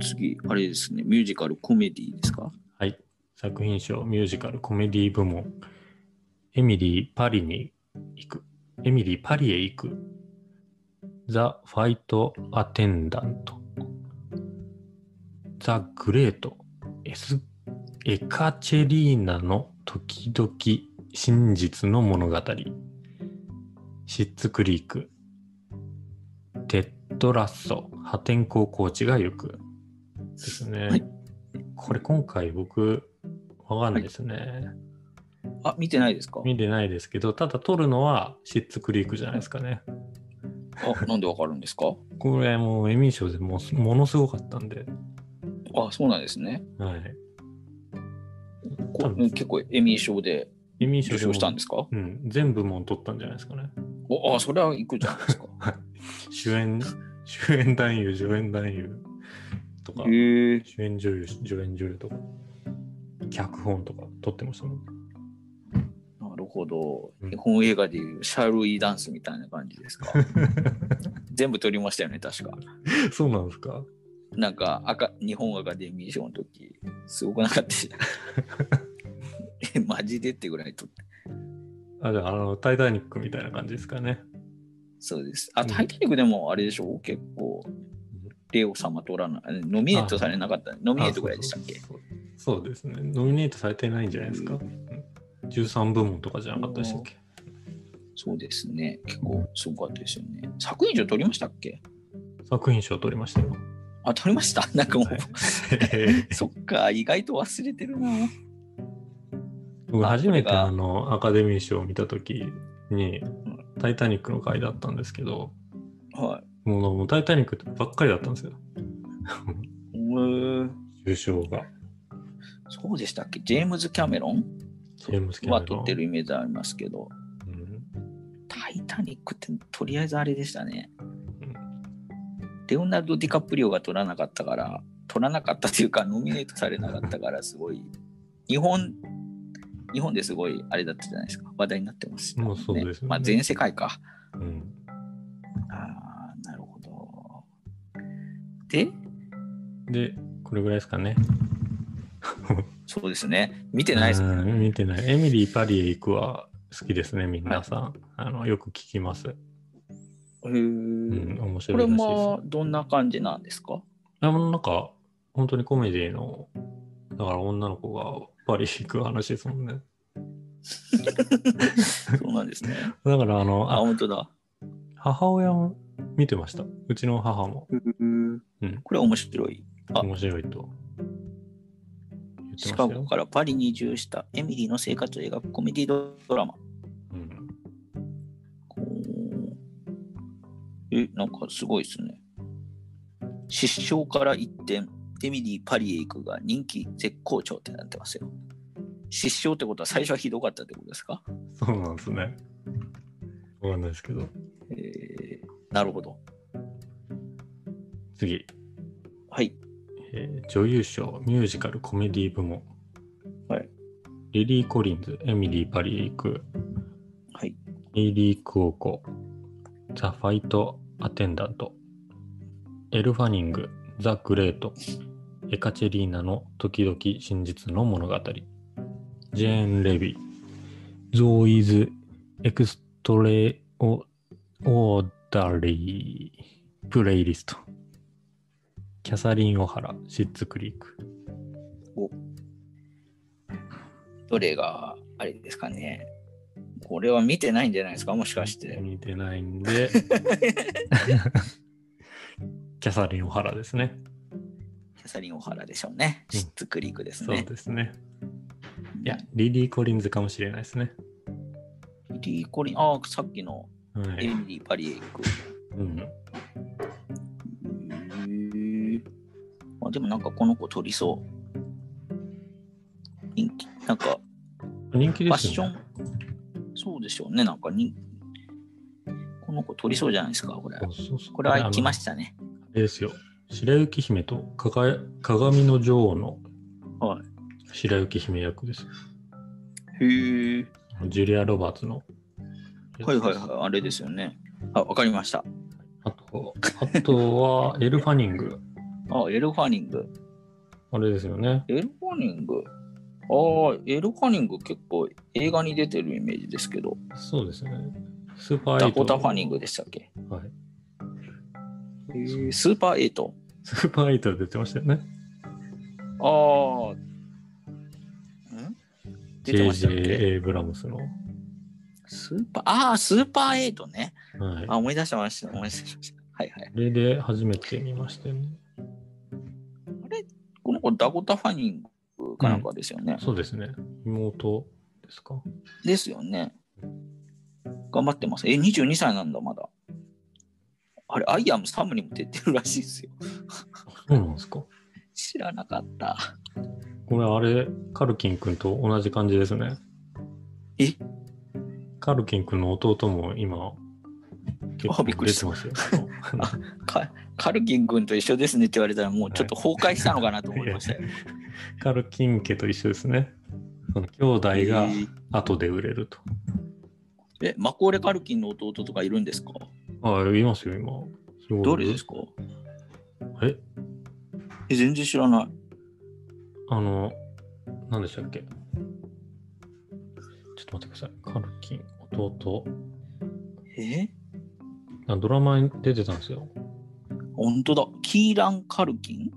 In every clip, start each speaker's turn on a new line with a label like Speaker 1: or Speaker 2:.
Speaker 1: 次、あれですね、ミュージカルコメディですか
Speaker 2: はい。作品賞、ミュージカル、コメディ部門。エミリー・パリに行く。エミリー・パリへ行く。ザ・ファイト・アテンダント。ザ・グレート。エス・エカチェリーナの時々真実の物語。シッツ・クリーク。テッド・ラッソ。破天荒コーチが行く。ですね。
Speaker 1: はい
Speaker 2: これ今回僕、わかんないですね。
Speaker 1: あ、見てないですか
Speaker 2: 見てないですけど、ただ撮るのはシッツクリークじゃないですかね。
Speaker 1: あ、なんでわかるんです か
Speaker 2: これもうエミー賞でもうものすごかったんで、
Speaker 1: あ、そうなんですね。
Speaker 2: はい。多
Speaker 1: こ
Speaker 2: 分
Speaker 1: 結構エミー賞で
Speaker 2: エミー賞
Speaker 1: 受
Speaker 2: でも
Speaker 1: 賞したんですか
Speaker 2: うん、全部も撮ったんじゃないですかね。
Speaker 1: おあ、それは行くじゃないです か。
Speaker 2: 主演、主演男優、助演男優とか、
Speaker 1: へえ。
Speaker 2: 主演女優、助演女優とか、脚本とか撮ってましたもん。
Speaker 1: なるほど。
Speaker 2: うん
Speaker 1: 日本映画でいうシャルウィーダンスみたいな感じです か。全部撮りましたよね、確か。
Speaker 2: そうなんですか
Speaker 1: なんか赤、日本アカデミー賞の時、すごくなかった じゃん。え、マジでってぐらい撮って。
Speaker 2: あ、じゃあ、あの、タイタニックみたいな感じですかね。
Speaker 1: そうです。あ、
Speaker 2: うん
Speaker 1: タイタニックでもあれでしょ結構、レオ様取らない。ノミネートされなかった。ノミネートぐらいでしたっけ
Speaker 2: あそうそうそうそうですね。ノミネートされてないんじゃないですか。うん13部門とかじゃなかったでしたっけ
Speaker 1: そうですね。結構すごかったですよね。作品賞取りましたっけ
Speaker 2: 作品賞取りまし たよ。
Speaker 1: あ、取りました。 なんかもう、
Speaker 2: はい
Speaker 1: そっか、意外と忘れてるな。
Speaker 2: 僕初めて
Speaker 1: あこれが
Speaker 2: あのアカデミー賞を見た時に「タイタニック」の回だったんですけど
Speaker 1: は
Speaker 2: もうもう「タイタニック」ばっかりだったんですよ
Speaker 1: い。うー
Speaker 2: 受賞が
Speaker 1: そうでしたっけジェームズ・キャメロン
Speaker 2: ジェームスキャメロ
Speaker 1: は
Speaker 2: ン
Speaker 1: 撮ってるイメージありますけど、
Speaker 2: うん
Speaker 1: タイタニックってとりあえずあれでしたね
Speaker 2: ん。
Speaker 1: レオナルド・ディカプリオが撮らなかったから、撮らなかったというか、ノミネートされなかったから、すごい、日本、日本ですごいあれだったじゃないですか、話題になってます、
Speaker 2: もうそうですよね
Speaker 1: まあ、全世界か。
Speaker 2: うん
Speaker 1: あーなるほど。で、
Speaker 2: でこれぐらいですかね
Speaker 1: そうですね、見てないですね。
Speaker 2: うん見てないエミリー・パリへ行くは好きですねみんなさん、あのよく聞きます、
Speaker 1: へー
Speaker 2: うん、面
Speaker 1: こ
Speaker 2: 白
Speaker 1: れ
Speaker 2: いらしいです
Speaker 1: もどんな感じなんですか
Speaker 2: あのなんか、本当にコメディの、だから女の子がパリ行く話ですもんね。
Speaker 1: そうなん ですね。
Speaker 2: だから、あ
Speaker 1: あ、
Speaker 2: の、あ
Speaker 1: 本当だ。
Speaker 2: 母親も見てました。うちの母もうん
Speaker 1: これは面白い。あ
Speaker 2: 面白いと言って
Speaker 1: シ
Speaker 2: まし
Speaker 1: カ
Speaker 2: た
Speaker 1: ゴ
Speaker 2: よ。
Speaker 1: からパリに移住したエミリーの生活を描くコメディドラマ。
Speaker 2: うん、
Speaker 1: こうえ、なんかすごいですね。失笑から一転、エミリー・パリへ行くが人気絶好調ってなってますよ。失笑ってことは最初はひどかったってことですか、
Speaker 2: そうなんですね。わかんないですけど。
Speaker 1: えー、なるほど。
Speaker 2: 次、
Speaker 1: はい。
Speaker 2: えー女優賞ミュージカルコメディ部門。
Speaker 1: はい。
Speaker 2: リリー・コリンズ、エミリー・パリへ行く。
Speaker 1: はい。
Speaker 2: リリー・クオコ、ザ・ファイト・アテンダント、エル・ファニング、ザ・グレート、エカチェリーナの時々真実の物語、ジェーン・レビ、ゾーイズ・エクストレオ・オーダリー、プレイリスト、キャサリン・オハラ、シッツ・クリーク。
Speaker 1: どれがあれですかね。これは見てないんじゃないですかもしかして。
Speaker 2: 見てない んで、キャサリン・オハラですね。
Speaker 1: キャサリン・オハラでしょうね。
Speaker 2: うん
Speaker 1: シッツクリークです
Speaker 2: そう
Speaker 1: ね。
Speaker 2: ですね。
Speaker 1: い
Speaker 2: いや、リリー・コリンズかもしれないですね。
Speaker 1: リー・コリン、ああ、さっきの
Speaker 2: は
Speaker 1: エ
Speaker 2: い。
Speaker 1: ミリー・パリへ行く。
Speaker 2: うん、
Speaker 1: へえ。あでもなんかこの子取りそう。人気、なんか
Speaker 2: 人気
Speaker 1: ファ
Speaker 2: で
Speaker 1: ッ
Speaker 2: す
Speaker 1: ショ
Speaker 2: よ
Speaker 1: ン、
Speaker 2: ね。
Speaker 1: そうでしょうね、なんかにこの子取りそうじゃないですか、これ。
Speaker 2: そうそうそう
Speaker 1: これは行きま
Speaker 2: た。
Speaker 1: したね。
Speaker 2: あのあれですよ。白雪姫とかが鏡の女王の
Speaker 1: は
Speaker 2: 白雪姫役ですよ。
Speaker 1: い。へえ。
Speaker 2: ジュリア・ロバーツの。
Speaker 1: はいはいはい、あれですよね。あ、わかりました。
Speaker 2: あと、あとは、エル・ファニング、
Speaker 1: あ、エル・ファニング。
Speaker 2: あれですよね。
Speaker 1: エル・ファニング。ああ、エル・ファニング結構映画に出てるイメージですけど、
Speaker 2: そうですね。スーパーエ
Speaker 1: ダ
Speaker 2: イト
Speaker 1: コ。タ・ファニングでしたっけ
Speaker 2: はい。
Speaker 1: スーパーエイト。
Speaker 2: スーパーエイトで出てましたよね。
Speaker 1: ああ。ん出てましたっ
Speaker 2: JJ ・
Speaker 1: け
Speaker 2: エイブラムスの。は
Speaker 1: スーパー、ああ、スーパーエイトね。
Speaker 2: い。
Speaker 1: あ、思い出しました。思い出しました。はいはい。
Speaker 2: あれで初めて見ましたよね。
Speaker 1: この子、ダコタ・ファニングかなんかですよね。
Speaker 2: そうですね。妹ですか。
Speaker 1: ですよね。頑張ってます。え、22歳なんだ、まだ。あれ、アイアム・サムにも出てるらしいですよ。
Speaker 2: そうなんですか。
Speaker 1: 知らなかった。
Speaker 2: これあれ、カルキン君と同じ感じですね。
Speaker 1: え
Speaker 2: カルキン君の弟も今、結
Speaker 1: あ
Speaker 2: 構
Speaker 1: び
Speaker 2: 出
Speaker 1: っくりしてた
Speaker 2: ますよ。
Speaker 1: かカルキン君と一緒ですねって言われたら、もうちょっと崩壊したのかなと思いましたよ。
Speaker 2: カルキン家と一緒ですね。その兄弟が後で売れると。
Speaker 1: えーえ、マコーレ・カルキンの弟とかいるんですか
Speaker 2: ああ、いますよ、今。すごい
Speaker 1: どれですか
Speaker 2: え
Speaker 1: え、全然知らない。
Speaker 2: あの、何でしたっけちょっと待ってください。カルキン、弟。
Speaker 1: え
Speaker 2: あドラマに出てたんですよ。
Speaker 1: 本当だ。キーラン・カルキン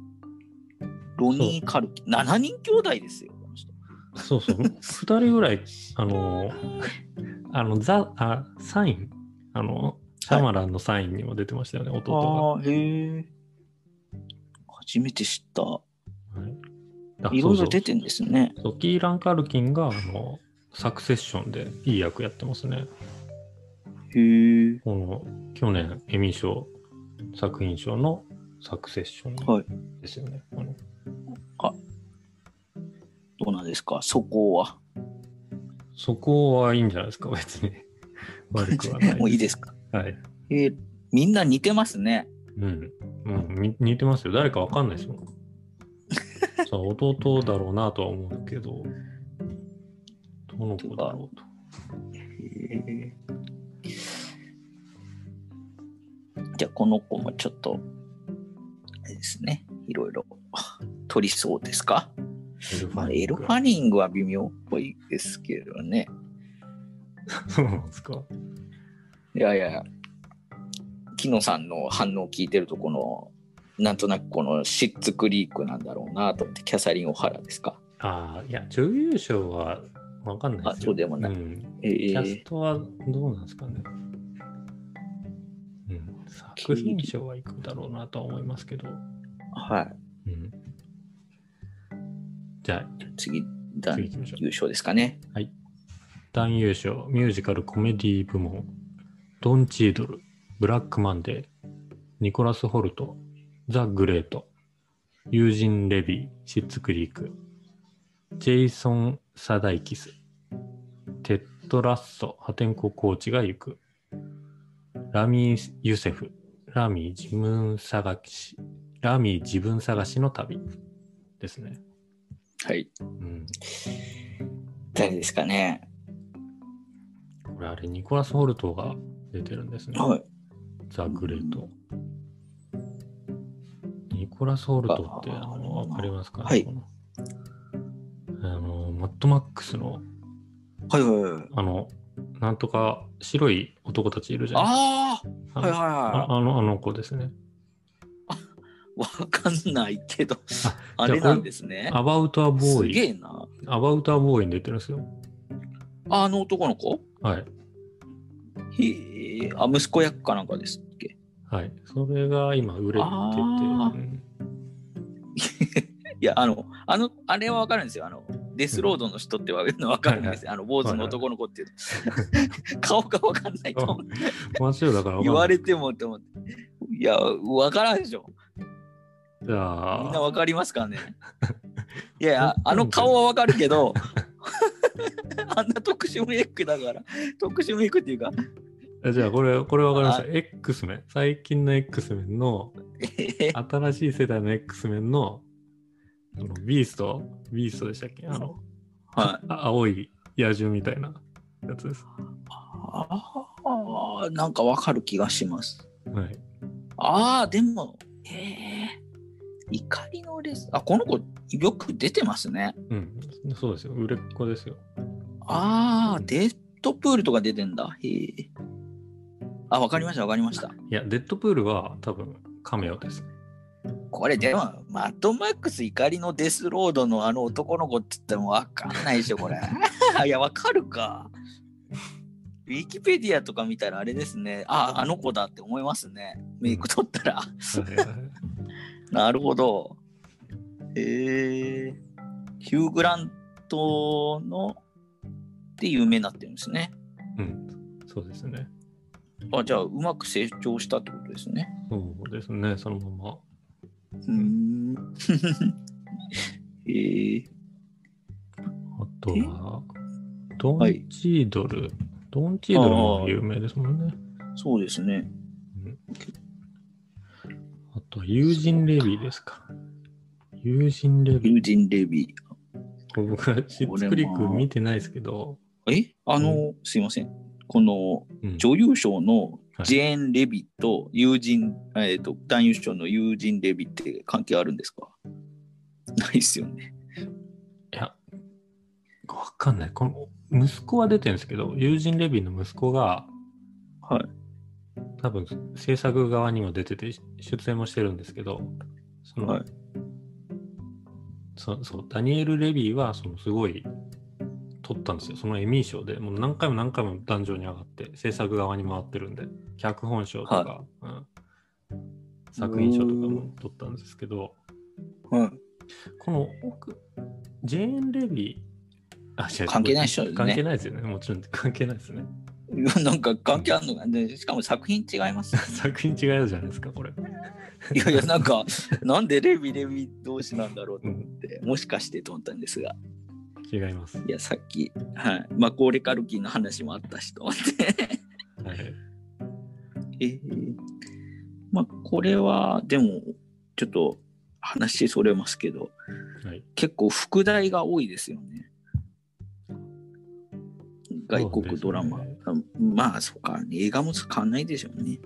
Speaker 1: ロニー・カルキン。7人兄弟ですよ、この人。
Speaker 2: そうそう、2人 ぐらい、あの、あの、ザ、あ、サイン、あの、シャマランのサインにも出てましたよね、弟
Speaker 1: ああ、へえ。初めて知った。
Speaker 2: が。はい
Speaker 1: い
Speaker 2: あ
Speaker 1: ろい
Speaker 2: そ
Speaker 1: ろ
Speaker 2: うそう
Speaker 1: 出てんですね。
Speaker 2: そうキーラン・カルキンが、あの、サクセッションでいい役やってますね。
Speaker 1: へえ。
Speaker 2: この、去年、エミー賞、作品賞のサクセッショ
Speaker 1: はい
Speaker 2: ンですよね。あの
Speaker 1: どうなんですか、そこは。
Speaker 2: そこはいいんじゃないですか、別に。 悪くはない。
Speaker 1: もういいですか。
Speaker 2: はい。
Speaker 1: へえ、みんな似てますね。
Speaker 2: うん。うん、に似てますよ。誰かわかんないですも ん。そう弟だろうなとは思うけど、どの子だろうと。
Speaker 1: へえじゃあ、この子もちょっと、あれですね、いろいろ取りそうですか。
Speaker 2: エルフ
Speaker 1: ま
Speaker 2: ァ
Speaker 1: あ、
Speaker 2: ニ
Speaker 1: エ
Speaker 2: ン
Speaker 1: ル・
Speaker 2: グ
Speaker 1: ファニングは微妙っぽいですけどね。
Speaker 2: そうなんですか。
Speaker 1: いやいや、木野さんの反応を聞いてると、この、なんとなくこのシッツクリークなんだろうなと思って、キャサリン・オハラですか。
Speaker 2: ああ、いや、女優賞はわかんない
Speaker 1: あ、
Speaker 2: です
Speaker 1: そ
Speaker 2: よ。
Speaker 1: うでもない。
Speaker 2: うん。
Speaker 1: え
Speaker 2: キ
Speaker 1: ー
Speaker 2: ャストはどうなんですかね。うん。作品賞はいくだろうなとは思いますけど。
Speaker 1: はい。
Speaker 2: うん。じゃ
Speaker 1: 次、
Speaker 2: あ、
Speaker 1: 男
Speaker 2: 次行きましょう
Speaker 1: 優。勝ですかね。
Speaker 2: 男優賞ミュージカルコメディ部門ドン・チードルブラック・マンデーニコラス・ホルトザ・グレートユージン・レビーシッツ・クリークジェイソン・サダイキステッド・ラッソ破天荒コーチが行くラミー・ユセフラミー自分探しラミー自分探しの旅ですね、
Speaker 1: はい。
Speaker 2: うん、
Speaker 1: 誰ですかね。
Speaker 2: これあれニコラス・ホルトが出てるんですね
Speaker 1: はい。
Speaker 2: ザ・グレート。ニコラス・ホルトって
Speaker 1: あ
Speaker 2: あのわかりますかね、
Speaker 1: はい
Speaker 2: このあのマッドマックスの
Speaker 1: はいはいはい。
Speaker 2: あのなんとか白い男たちいるじゃないです
Speaker 1: ああは
Speaker 2: か。
Speaker 1: いはい
Speaker 2: あ
Speaker 1: は
Speaker 2: あのあの子ですね。
Speaker 1: い。わかんないけど、
Speaker 2: あ
Speaker 1: あれなんですね。
Speaker 2: アバウト・ア・ボ
Speaker 1: す
Speaker 2: ー
Speaker 1: げ
Speaker 2: イ。
Speaker 1: えな。
Speaker 2: アバウト・ア・ボーイに出てるんですよ。
Speaker 1: ああの男の子
Speaker 2: はい。
Speaker 1: へえ、あ、息子役かなんかですっけ。
Speaker 2: はい。それが今売れてて。
Speaker 1: あー
Speaker 2: うん
Speaker 1: いや、あの、あの、あれはわかるんですよ。あの、デスロードの人ってわわかるんですよ。あの、坊主の男の子っていう。顔がわかんないと思う
Speaker 2: マジでだからわかんない
Speaker 1: 言われてもって思って。いや、わからんでしょ。
Speaker 2: じゃあ
Speaker 1: みんなわかります かねいやいや、あの顔はわかるけど、 あんな特殊メイクだから、特殊メイクっていうか、
Speaker 2: えじゃあこれ、これわかりました。X メン。最近の X メンの、新しい世代の X メンの、あのビーストビーストでしたっけあの、
Speaker 1: はい。
Speaker 2: あ青い野獣みたいなやつです。
Speaker 1: ああ、なんかわかる気がします。
Speaker 2: はい。
Speaker 1: ああ、でも、ええ怒りのレース、あ、この子よく出てますね。
Speaker 2: うん、そうですよ。売れっ子ですよ。
Speaker 1: ああ、デッドプールとか出てんだ。へえ。あ、わかりました、わかりました。
Speaker 2: いや、デッドプールは多分カメオです。
Speaker 1: これでも、マッドマックス怒りのデスロードのあの男の子って言ってもわかんないでしょ、 これ。いや、わかるか。ウィキペディアとか見たらあれですね。あ、あの子だって思いますね。メイク取ったら。なるほど。へえヒュー・グラントので有名になってるんですね。
Speaker 2: うん、そうですね。
Speaker 1: あ、じゃあ、うまく成長したってことですね。
Speaker 2: そうですね、そのまま。
Speaker 1: うーん。 えー、
Speaker 2: あとは、ドンチードル。ドンチードルも有名ですもんね。
Speaker 1: そうですね。
Speaker 2: あとは、友人レビーですか。友人レビー。
Speaker 1: 友人レビ
Speaker 2: 僕はシッツクリック見てないですけど、
Speaker 1: ー。えあの、すいません。この
Speaker 2: うん
Speaker 1: 女優賞の
Speaker 2: はい
Speaker 1: ジェーン・レビと友人、えっ、と、男優賞の友人レビって関係あるんですかないですよね。
Speaker 2: いや、わかんない。この息子は出てるんですけど、友人レビーの息子が、
Speaker 1: はい。
Speaker 2: 多分制作側にも出てて出演もしてるんですけどその、
Speaker 1: はい
Speaker 2: そそうダニエル・レビーはそのすごい取ったんですよそのエミー賞でもう何回も何回も壇上に上がって制作側に回ってるんで脚本賞とか、うん、作品賞とかも取ったんですけど
Speaker 1: はい。
Speaker 2: この奥ジェーン・レビーあ違う
Speaker 1: 関係ないっしょね
Speaker 2: 関係ないですよねもちろん関係ないですね
Speaker 1: いやなんか関係あるのかね。しかも作品違います。
Speaker 2: 作品違うじゃないですかこれ
Speaker 1: いやいや、なんか、なんでレビレビ同士なんだろうと思って、もしかしてと思ったんですが、
Speaker 2: 違います、
Speaker 1: いや、さっき、はい、マコーレ・カルキンの話もあったしと思って。
Speaker 2: はい
Speaker 1: えーまあ、これは、でも、ちょっと話それますけど、
Speaker 2: はい、
Speaker 1: 結構副題が多いですよね。外国ドラマ。
Speaker 2: そうで
Speaker 1: まあ、そうか、映画も変わんないでしょうね。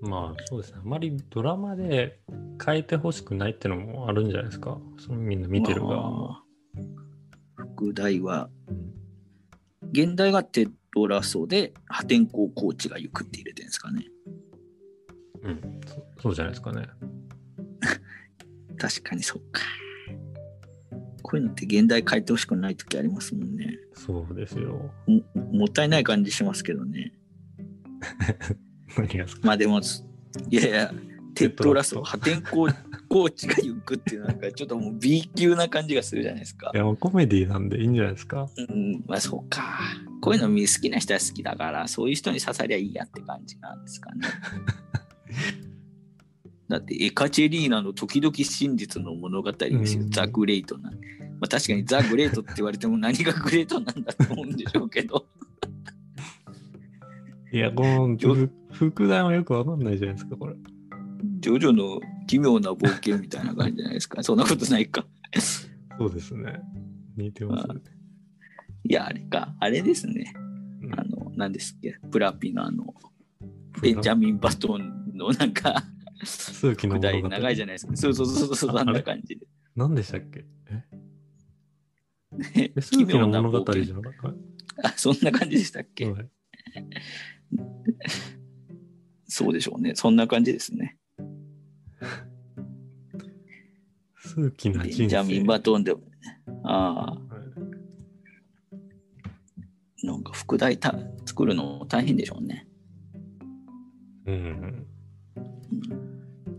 Speaker 2: まあそうですね。あまりドラマで変えてほしくないってのもあるんじゃないですか。そのみんな見てる側も。
Speaker 1: まあ副題は
Speaker 2: うん
Speaker 1: 現代がテッドラソで破天荒コーチが行くって入れてるんですかね。
Speaker 2: うんそ。そうじゃないですかね。
Speaker 1: 確かにそっか。こういうのって現代変えてほしくない時ありますもんね。
Speaker 2: そうですよ。
Speaker 1: ももったいない感じしますけどね。
Speaker 2: 何がですか
Speaker 1: まあでも、すいやいや、テッドラソ破天荒コーチが行くっていうなんかちょっともう B 級な感じがするじゃないですか
Speaker 2: い。や、もうコメディなんでいいんじゃないですか。
Speaker 1: うん、まあそうか。こういうの見好きな人は好きだから、そういう人に刺さりゃいいやって感じなんですか ね。だって、エカチェリーナの時々真実の物語ですよ
Speaker 2: う、ん
Speaker 1: ザ・グレートなん。まあ確かにザ・グレートって言われても何がグレートなんだと思うんでしょうけど、
Speaker 2: いや、この
Speaker 1: ちょ
Speaker 2: ふ副題もよくわかんないじゃないですか、これ。
Speaker 1: ジョジョの奇妙な冒険みたいな感じじゃない ですか。そんなことないか。
Speaker 2: そうですね。似てますね。
Speaker 1: いや、あれか、あれですね。
Speaker 2: うん
Speaker 1: あの、何ですっけ、プラピのあの、ベンジャミン・バトンのなんか、
Speaker 2: 数奇の
Speaker 1: 舞
Speaker 2: 物
Speaker 1: 台
Speaker 2: 語。
Speaker 1: 長いじゃないですか。そうそうそうそう、
Speaker 2: あ
Speaker 1: あん
Speaker 2: あれ
Speaker 1: な感じで。
Speaker 2: 何でしたっけえ
Speaker 1: ね
Speaker 2: え数奇の
Speaker 1: な
Speaker 2: 物
Speaker 1: 冒
Speaker 2: 語
Speaker 1: 険
Speaker 2: じゃなかった。
Speaker 1: あ、そんな感じでしたっけ、
Speaker 2: はい
Speaker 1: そうでしょうね。そんな感じですね。
Speaker 2: 数奇な
Speaker 1: ベ
Speaker 2: 人
Speaker 1: ンジャミン・
Speaker 2: 生。
Speaker 1: バトンでもね。あ
Speaker 2: はい
Speaker 1: あ、なんか副題た作るの大変でしょうね。
Speaker 2: うん
Speaker 1: うん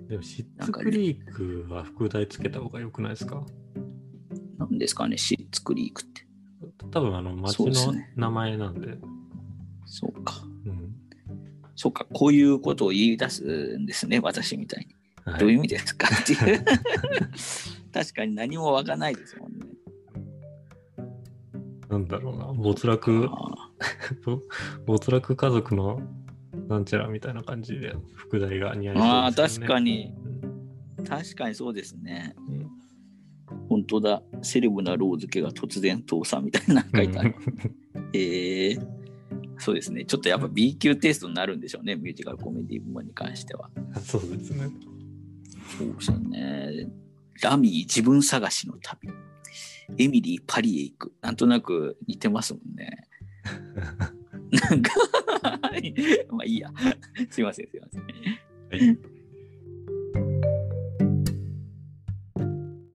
Speaker 2: でも、シッ
Speaker 1: な
Speaker 2: ツ
Speaker 1: んか
Speaker 2: クリークは副題つけた方が良くないですか
Speaker 1: なんですかね、シッツクリークって。
Speaker 2: 多分あの町
Speaker 1: そうです
Speaker 2: の
Speaker 1: ね
Speaker 2: 名前なんで。
Speaker 1: そうか。
Speaker 2: うん
Speaker 1: そうか、こういうことを言い出すんですね、私みたいに。
Speaker 2: はい
Speaker 1: どういう意味ですかっていう。 確かに何もわかんないですもん ね。
Speaker 2: なんだろうな、没落、
Speaker 1: あ
Speaker 2: ぼ没落家族のなんちゃらみたいな感じで副題が似合い
Speaker 1: ああ
Speaker 2: そう
Speaker 1: ー、
Speaker 2: です
Speaker 1: 確か
Speaker 2: よね。
Speaker 1: に。
Speaker 2: うん。
Speaker 1: 確かにそうですね。
Speaker 2: うん
Speaker 1: 本当だ、セレブなローズ家が突然倒産みたいな書いてある。えーそうですね。ちょっとや っぱ B 級テイストになるんでしょうね、ミュージカルコメディ部門に関しては。
Speaker 2: そうですね。
Speaker 1: そうですよね。ラミー自分探しの旅。エミリーパリへ行く。なんとなく似てますもんね。 なんかまあいいや。すいません、すいません。
Speaker 2: はい。